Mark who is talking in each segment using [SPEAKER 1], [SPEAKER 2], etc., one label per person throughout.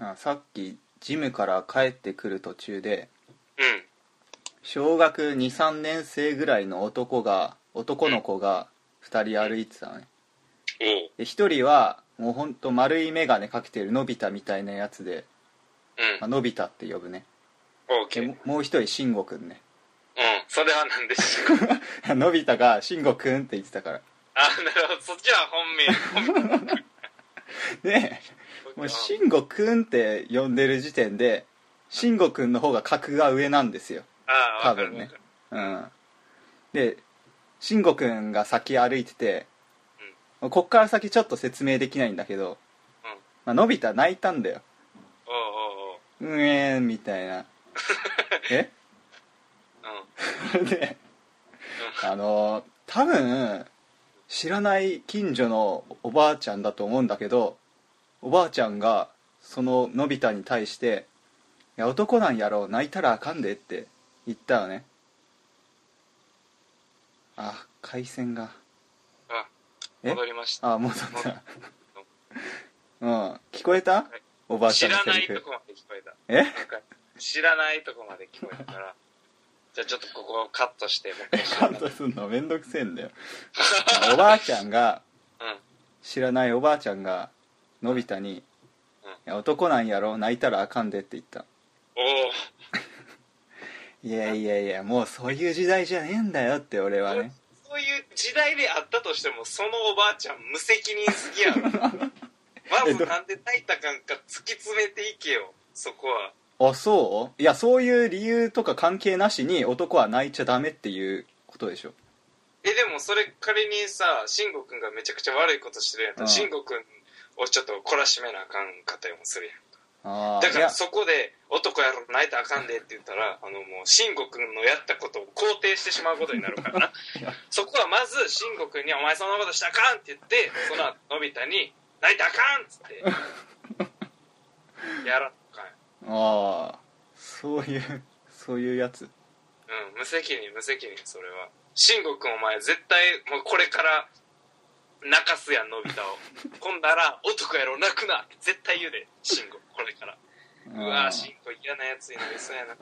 [SPEAKER 1] あさっきジムから帰ってくる途中で
[SPEAKER 2] うん。
[SPEAKER 1] 小学23年生ぐらいの男が男の子が2人歩いてたのね
[SPEAKER 2] おう。
[SPEAKER 1] で1人はもうほんと丸い眼鏡かけてるのび太みたいなやつで、
[SPEAKER 2] うん
[SPEAKER 1] まあ。のび太って呼ぶね
[SPEAKER 2] オーケ
[SPEAKER 1] で
[SPEAKER 2] ー。う
[SPEAKER 1] も
[SPEAKER 2] ん。
[SPEAKER 1] もう1人慎吾くんね
[SPEAKER 2] それは何でしょう。
[SPEAKER 1] のび太が慎吾くんって言ってたから
[SPEAKER 2] あ、なるほど。そっちは本名。本名。
[SPEAKER 1] でもう慎吾くんって呼んでる時点で慎吾くんの方が格が上なんですよ
[SPEAKER 2] ああ、
[SPEAKER 1] 多
[SPEAKER 2] わかる
[SPEAKER 1] 分
[SPEAKER 2] わ
[SPEAKER 1] ね
[SPEAKER 2] かる。
[SPEAKER 1] うんで慎吾くんが先歩いてて、こっから先ちょっと説明できないんだけど、
[SPEAKER 2] うん
[SPEAKER 1] まあのび太泣いたんだよ
[SPEAKER 2] おうおうおう。
[SPEAKER 1] 「うえーん」みた いなえ
[SPEAKER 2] うん。
[SPEAKER 1] それ であの多分知らない近所のおばあちゃんだと思うんだけどおばあちゃんがそののび太に対して「いや男なんやろ泣いたらあかんで」って言ったよねあ回線が
[SPEAKER 2] あ、
[SPEAKER 1] え
[SPEAKER 2] 戻りました。
[SPEAKER 1] あ戻ったうん聞こえたおばあち
[SPEAKER 2] 知
[SPEAKER 1] ゃんの
[SPEAKER 2] らな
[SPEAKER 1] セ
[SPEAKER 2] い
[SPEAKER 1] リ
[SPEAKER 2] と
[SPEAKER 1] フ
[SPEAKER 2] こまで聞こえた。
[SPEAKER 1] え
[SPEAKER 2] なんか知らないとこまで聞こえたから。じゃあちょっとここをカットして、もう一回
[SPEAKER 1] カットすんのめんどくせえんだよおばあちゃんが
[SPEAKER 2] うん。
[SPEAKER 1] 知らないおばあちゃんがのび太に
[SPEAKER 2] う
[SPEAKER 1] 「
[SPEAKER 2] ん
[SPEAKER 1] いや男なんやろ泣いたらあかんで」って言った
[SPEAKER 2] おお。
[SPEAKER 1] 「いやいやいやもうそういう時代じゃねえんだよ」って俺はね
[SPEAKER 2] そういう時代であったとしてもそのおばあちゃん無責任すぎ やろまずなんで泣いたかんか突き詰めていけよそこは
[SPEAKER 1] あそういやそういう理由とか関係なしに男は泣いちゃダメっていうことでしょ
[SPEAKER 2] えでもそれ仮にさ慎吾くんがめちゃくちゃ悪いことしてるやっ
[SPEAKER 1] う
[SPEAKER 2] た
[SPEAKER 1] ん
[SPEAKER 2] ら慎吾くんをちょっと懲らしめなあかんかったりもするやん
[SPEAKER 1] あ
[SPEAKER 2] だ
[SPEAKER 1] あい
[SPEAKER 2] から
[SPEAKER 1] や
[SPEAKER 2] そこで「男やろ泣いたらあかんで」って言ったらあのもう慎吾くんのやったことを肯定してしまうことになるから なそこはまず慎吾くんに「お前そんなことしたらあかん」って言ってその後のび太 に「泣いたらあかん」っつってやらんか
[SPEAKER 1] ああそういう そういうやつ
[SPEAKER 2] うん無責任無責任それは慎吾くんお前絶対もうこれから泣かすやんのび太 をほんだら「男やろ泣くな」って絶対言うで慎吾これからうわ
[SPEAKER 1] あ
[SPEAKER 2] ー
[SPEAKER 1] あ
[SPEAKER 2] 慎吾嫌なやつになりそうやな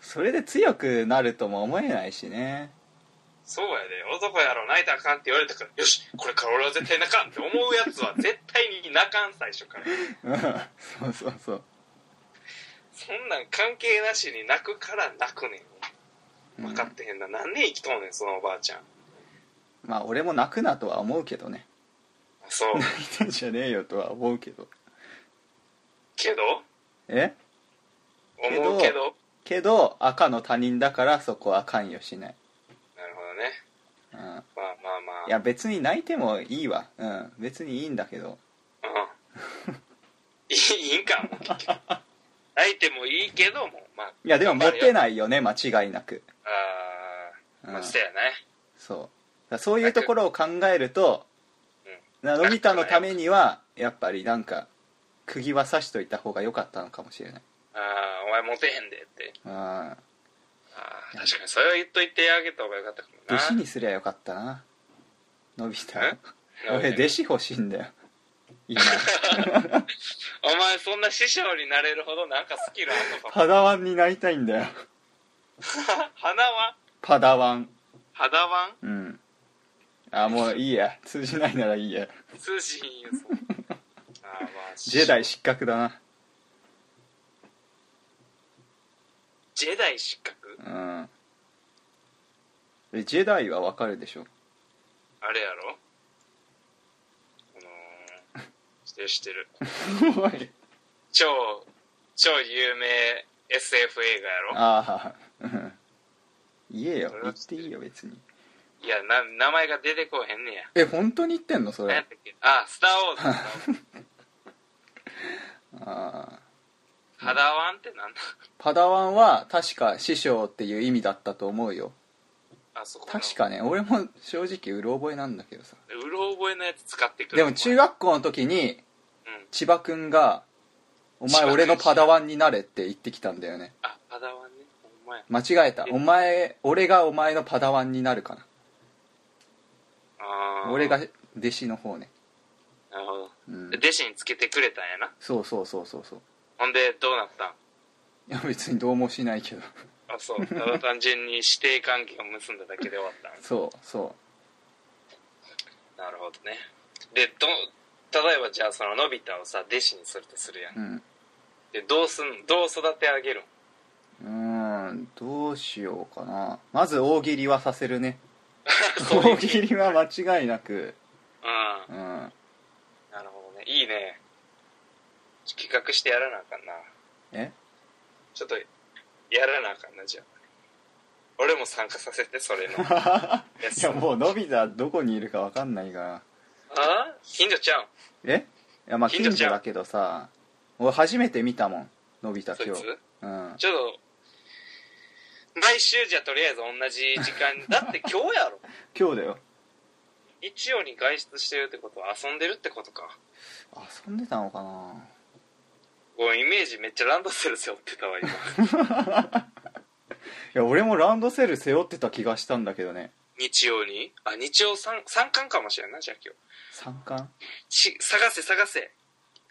[SPEAKER 1] それで強くなるとも思えないしね
[SPEAKER 2] そうやで、男やろ、泣いたらあかんって言われたから、よし、これから俺は絶対泣かんって思うやつは絶対に泣かん、最初から。
[SPEAKER 1] うんそうそうそう
[SPEAKER 2] そんなん関係なしに泣くから泣くねん。分かってへんな。何年生きとんねん、そのおばあちゃん。
[SPEAKER 1] まあ俺も泣くなとは思うけどね
[SPEAKER 2] そう。
[SPEAKER 1] 泣いてんじゃねえよとは思うけど
[SPEAKER 2] けど
[SPEAKER 1] え
[SPEAKER 2] 思うけど
[SPEAKER 1] けど赤の他人だからそこは関与しない、
[SPEAKER 2] なるほどね。
[SPEAKER 1] うん、
[SPEAKER 2] まあまあまあ。
[SPEAKER 1] いや別に泣いてもいいわ、うん、別にいいんだけど
[SPEAKER 2] うん。 いいいいんか、もう結局。泣いてもいいけども、まあ、
[SPEAKER 1] いやでもモテ
[SPEAKER 2] い。
[SPEAKER 1] ないよね間違いなく、
[SPEAKER 2] あ
[SPEAKER 1] う
[SPEAKER 2] ー、
[SPEAKER 1] ん
[SPEAKER 2] まあ、そうやね。
[SPEAKER 1] そうだからそういうところを考えるとなのび太のためにはやっぱりなんか釘は刺しといた方が良かったのかもしれない
[SPEAKER 2] あー、お前モテへんでって。
[SPEAKER 1] うん
[SPEAKER 2] あー確かにそれは言っといてあげた方がよかったかもな
[SPEAKER 1] 弟子にすりゃよかったなのび太
[SPEAKER 2] え
[SPEAKER 1] 俺弟子欲しいんだよ今
[SPEAKER 2] お前そんな師匠になれるほどなんかスキルあんのか
[SPEAKER 1] パダワンになりたいんだよ
[SPEAKER 2] 鼻は
[SPEAKER 1] パダワン
[SPEAKER 2] 肌ワ
[SPEAKER 1] うんあもういいや通じないならいいや
[SPEAKER 2] ン通信よ そんなあーまあ
[SPEAKER 1] ジェダイ失格だな
[SPEAKER 2] ジェダイ失格
[SPEAKER 1] うんえジェダイはわかるでしょ
[SPEAKER 2] あれやろあのー、してるしてる
[SPEAKER 1] おい
[SPEAKER 2] 超超有名 SF 映画やろ
[SPEAKER 1] ああうん言えよ言っていいよ別に
[SPEAKER 2] いやな名前が出てこうへんねや
[SPEAKER 1] え本当に言ってんのそ
[SPEAKER 2] 何やっ
[SPEAKER 1] れ
[SPEAKER 2] たっけあスター・ウォーズスターウォー ズ
[SPEAKER 1] ああ
[SPEAKER 2] 肌ワンってなんだ
[SPEAKER 1] パダワンは確か師匠っていう意味だったと思うよ
[SPEAKER 2] あそこの
[SPEAKER 1] 確かね俺も正直うろ覚えなんだけどさ
[SPEAKER 2] うろ覚えのやつ使ってくる
[SPEAKER 1] でも中
[SPEAKER 2] 学
[SPEAKER 1] 学校の時に
[SPEAKER 2] うん
[SPEAKER 1] 千葉くんが「お前
[SPEAKER 2] 千葉くん
[SPEAKER 1] 俺のパダワンになれ」って言ってきたんだよね
[SPEAKER 2] あパダワンねほんまや
[SPEAKER 1] 間違えたお前俺がお前のパダワンになるか
[SPEAKER 2] あ
[SPEAKER 1] な
[SPEAKER 2] ー
[SPEAKER 1] 俺が弟子の方ね
[SPEAKER 2] なるほど
[SPEAKER 1] うん
[SPEAKER 2] 弟子につけてくれたんやな
[SPEAKER 1] そうそうそうそうそう
[SPEAKER 2] ほんでどうなったん
[SPEAKER 1] いや別にどうもしないけど
[SPEAKER 2] あそうただ単純に指定関係を結んだだけで終わったん
[SPEAKER 1] そうそ
[SPEAKER 2] なるほどねでど例えばじゃあそののび太をさ弟子にするとするやん
[SPEAKER 1] ううん
[SPEAKER 2] でどうすんどう育て上げるん
[SPEAKER 1] うーんどうしようかなまず大喜利はさせるね
[SPEAKER 2] そういう
[SPEAKER 1] 大喜利は間違いなく
[SPEAKER 2] う
[SPEAKER 1] う
[SPEAKER 2] ん
[SPEAKER 1] ん
[SPEAKER 2] なるほどねいいね企画してやらなあかんな
[SPEAKER 1] え
[SPEAKER 2] ちょっとやらなあかんなじゃあ俺も参加させてそ れのや
[SPEAKER 1] い
[SPEAKER 2] つ
[SPEAKER 1] やもうのび太どこにいるかわかんないから
[SPEAKER 2] あ近所ちゃうん
[SPEAKER 1] えいやまあ
[SPEAKER 2] 近
[SPEAKER 1] 近
[SPEAKER 2] 所ちゃ
[SPEAKER 1] 所
[SPEAKER 2] う
[SPEAKER 1] だけどさ俺初めて見たもんのび太
[SPEAKER 2] そい
[SPEAKER 1] 今
[SPEAKER 2] つ
[SPEAKER 1] 日うん
[SPEAKER 2] ちょっと毎週じゃとりあえず同じ時間に だって今日やろ
[SPEAKER 1] 今日だよ
[SPEAKER 2] 日曜に外出してるってことは遊んでるってことか
[SPEAKER 1] 遊んでたのかな
[SPEAKER 2] ごめんイメージめっちゃランドセル背負ってたわ今
[SPEAKER 1] いや俺もランドセル背負ってた気がしたんだけどね
[SPEAKER 2] 日曜にあ日曜 3, 三巻かもしれんなじゃあ今日
[SPEAKER 1] 三冠
[SPEAKER 2] し探せ探せ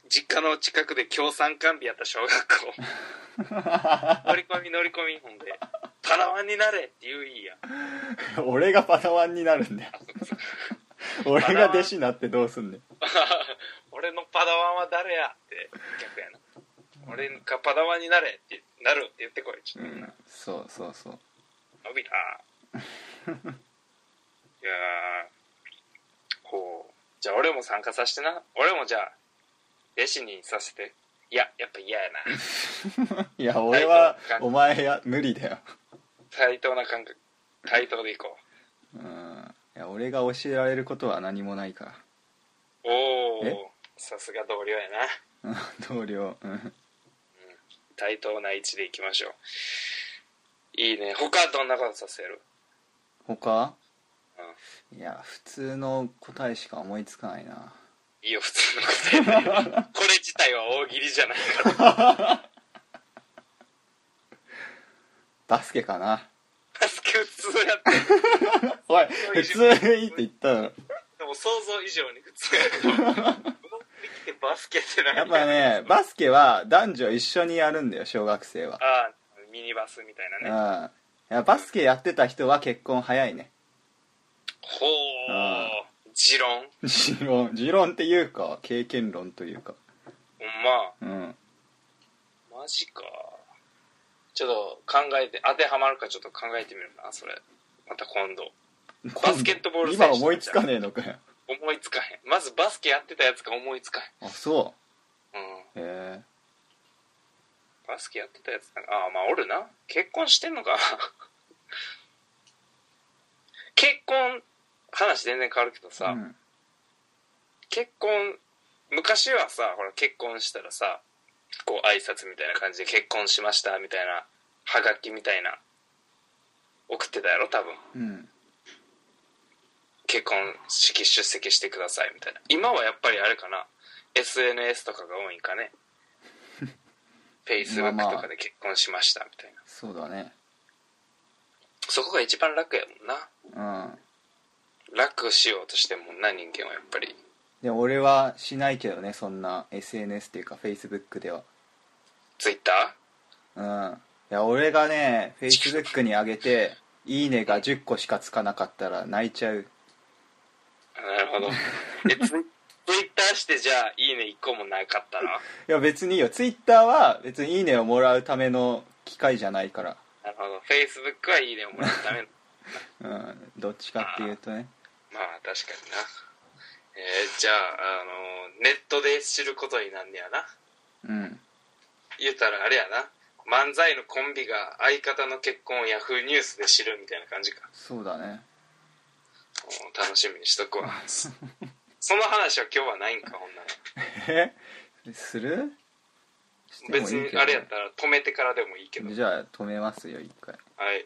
[SPEAKER 2] 実家の近くで今日3巻日やった小学校乗り込み乗り込みほんでパラワンになれって言ういいやん
[SPEAKER 1] 俺がパタワンになるんだよ俺が弟子になってどうすんねん
[SPEAKER 2] 俺のパダワンは誰やって逆やな俺がパダワンになれってなるって言ってこいちょっとみんな、
[SPEAKER 1] そうそうそう
[SPEAKER 2] 伸びたいやーこうじゃあ俺も参加させてな俺もじゃあ弟子にさせていややっぱ嫌やない
[SPEAKER 1] や俺は
[SPEAKER 2] はい
[SPEAKER 1] お前や無理だよ
[SPEAKER 2] 対等な感覚対等でいこ
[SPEAKER 1] うんいや俺が教えられることは何もないか
[SPEAKER 2] うお
[SPEAKER 1] え
[SPEAKER 2] おさすが同僚やな
[SPEAKER 1] らうん同僚うん
[SPEAKER 2] 対等な位置でいきましょういいね他どんなことさせる
[SPEAKER 1] 他いや普通の答えしか思いつかないない
[SPEAKER 2] いよ普通の答えだよ これ自体は大喜利じゃないから
[SPEAKER 1] バスケかな
[SPEAKER 2] バスケ普通やってる
[SPEAKER 1] おい普通いいって言ったの
[SPEAKER 2] でも想像以上に普通やってる戻ってきてバスケってな
[SPEAKER 1] やっぱねバスケは男女一緒にやるんだよ小学生は
[SPEAKER 2] ああミニバスみたい
[SPEAKER 1] うんい
[SPEAKER 2] なね
[SPEAKER 1] やバスケやってた人は結婚早いね
[SPEAKER 2] ほ
[SPEAKER 1] あ
[SPEAKER 2] う持論
[SPEAKER 1] 持論持論っていうか経験論というか
[SPEAKER 2] ほん
[SPEAKER 1] うん
[SPEAKER 2] まマジかちょっと考えて当てはまるかちょっと考えてみるなそれまた今度バスケットボール選手
[SPEAKER 1] 今思いつかねえのかよ
[SPEAKER 2] 思いつかへんまずバスケやってたやつが思いつか
[SPEAKER 1] あそ
[SPEAKER 2] へんうん
[SPEAKER 1] うへ
[SPEAKER 2] バスケやってたやつなんかああまあおるな結婚してんのか な結婚話全然変わるけど
[SPEAKER 1] え
[SPEAKER 2] さ、
[SPEAKER 1] うん
[SPEAKER 2] 結婚昔はさほら結婚したらさこう挨拶みたいな感じで結婚しましたみたいなハガキみたいな送ってたやろ多分
[SPEAKER 1] うん
[SPEAKER 2] 結婚式出席してくださいみたいな今はやっぱりあれかな SNS とかが多いんかね Facebook とかで結婚しましたみたいな
[SPEAKER 1] そうだね
[SPEAKER 2] そこが一番楽やもんな
[SPEAKER 1] うん
[SPEAKER 2] 楽しようとしてもんな人間はやっぱり
[SPEAKER 1] でも俺はしないけどねそんな SNS っていうか Facebook では
[SPEAKER 2] Twitter?
[SPEAKER 1] うんいや俺がね Facebook に上げて「いいね」が10個しかつかなかったら泣いちゃう
[SPEAKER 2] なるほどえツイ Twitter してじゃあ「いいね」一個もなかったら
[SPEAKER 1] いや別にいいよ Twitter は別に「いいね」をもらうための機会じゃないから
[SPEAKER 2] なるほど Facebook はいいねをもらうための
[SPEAKER 1] うんどっちかっていうとね
[SPEAKER 2] まあ確かになえーじゃあ、あのーネットで知ることになんねやな
[SPEAKER 1] うん
[SPEAKER 2] 言うたらあれやな漫才のコンビが相方の結婚をヤフーニュースで知るみたいな感じか
[SPEAKER 1] そうだね
[SPEAKER 2] おー楽しみにしとくわその話は今日はないんかほんなら
[SPEAKER 1] えするしてもいい
[SPEAKER 2] 別
[SPEAKER 1] けどね
[SPEAKER 2] にあれやったら止めてからでもいいけど
[SPEAKER 1] じゃあ止めますよ一回
[SPEAKER 2] はい